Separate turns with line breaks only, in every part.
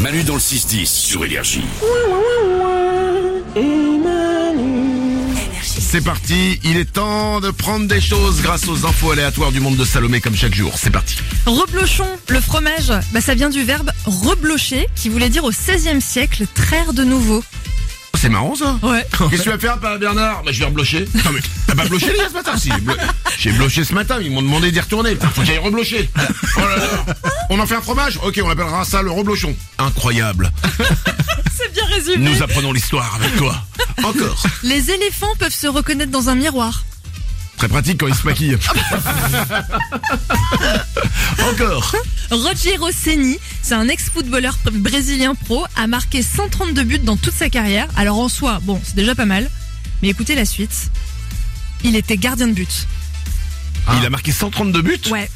Manu dans le 6-10 sur Énergie.
C'est parti, il est temps de prendre des choses grâce aux infos aléatoires du monde de Salomé comme chaque jour. C'est parti.
Reblochon, le fromage, bah, ça vient du verbe reblocher, qui voulait dire au XVIe siècle traire de nouveau.
C'est marrant ça
Ouais.
Qu'est-ce que tu vas faire par Bernard Bah je vais reblocher. Non mais t'as pas bloché les gars ce matin si, blo- J'ai bloché ce matin, ils m'ont demandé d'y retourner. Putain, Faut que j'aille reblocher. Oh là là. On en fait un fromage Ok, on appellera ça le reblochon. Incroyable.
C'est bien résumé.
Nous apprenons l'histoire avec toi. Encore.
Les éléphants peuvent se reconnaître dans un miroir.
Très pratique quand ils se maquillent. Encore.
Rogério Ceni, c'est un ex-footballeur pr- brésilien pro, a marqué 132 buts dans toute sa carrière. Alors en soi, bon, c'est déjà pas mal. Mais écoutez la suite. Il était gardien de but.
Il a marqué 132 buts
Ah. Ouais.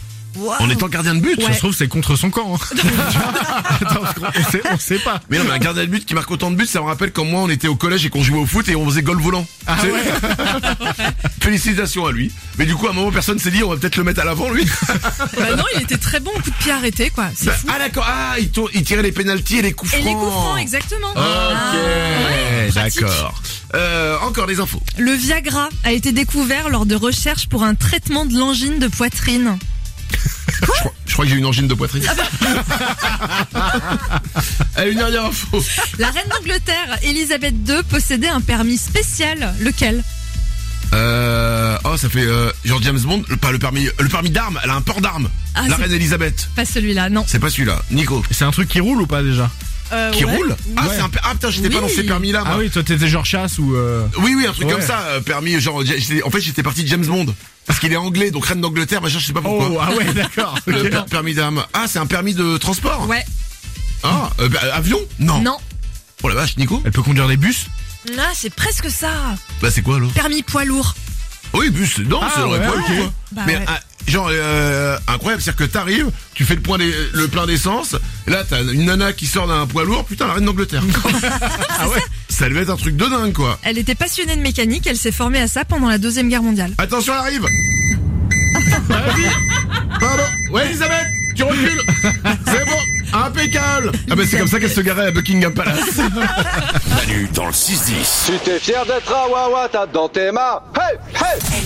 en
Bah
étant gardien de but.
Ouais.
trouve, c'est contre son camp. hein. Attends, on, sait, on sait pas.
Mais non, mais un gardien de but qui marque autant de buts, ça me rappelle quand moi on était au collège et qu'on jouait au foot et on faisait goal volant.
Ah
Tu sais Félicitations à lui. Mais du coup, à un moment, personne s'est dit, on va peut-être le mettre à l'avant, lui.
Bah non, il était très bon au coup de pied arrêté, quoi. C'est fou.
ah d'accord, ah, il, tour- il tirait les pénalties et les coups
Et
francs.
les coups francs, exactement.
Ok,
Ah, ouais, pratique.
d'accord. Euh, encore des infos.
Le Viagra a été découvert lors de recherches pour un traitement de l'angine de poitrine.
Je crois, je crois que j'ai une angine de poitrine.
Ah bah.
Allez, une dernière info.
La reine d'Angleterre, Elisabeth II, possédait un permis spécial. Lequel
Euh, oh, ça fait euh, genre James Bond, le, pas le permis, euh, le permis d'armes. Elle a un port d'armes.
Ah,
La
c'est-
reine Elisabeth.
Pas celui-là, non.
C'est pas celui-là. Nico.
C'est un truc qui roule ou pas déjà
Euh,
Qui
ouais.
roule Ah,
Ouais.
c'est un per- ah putain, j'étais pas
Oui.
dans ces permis là.
Ah oui, toi t'étais genre chasse ou. euh,
Oui, oui, un truc
Ouais.
comme ça, euh, permis, genre, j'ai- j'étais- en fait, j'étais parti de James Bond. Parce qu'il est anglais, donc reine d'Angleterre, machin, je sais pas pourquoi.
Oh, ah ouais, d'accord.
Le
ok.
per- permis d'armes. Ah, c'est un permis de transport
Ouais,
Ah, euh, bah, euh, avion Non.
non.
Oh la vache, Nico
Elle peut conduire des bus
Là, c'est presque ça.
Bah, c'est quoi alors
Permis poids lourd.
Oui, bus, non,
Ah,
c'est dans les
ouais,
poils,
ok.
quoi.
Bah
Mais
ouais.
ah, genre, euh, incroyable, c'est-à-dire que t'arrives, tu fais le, point des- le plein d'essence, là, t'as une nana qui sort d'un poids lourd, putain, la reine d'Angleterre. ah ouais Ça devait être un truc de dingue, quoi.
Elle était passionnée de mécanique, elle s'est formée à ça pendant la Deuxième Guerre mondiale.
Attention, elle arrive Pardon Ouais, Elisabeth Tu recules C'est bon Impeccable Ah bah c'est comme ça qu'elle se garait à Buckingham Palace
Manu dans le 6-10.
Tu t'es fier d'être un Wawa, t'as dans tes mains. Hey, hey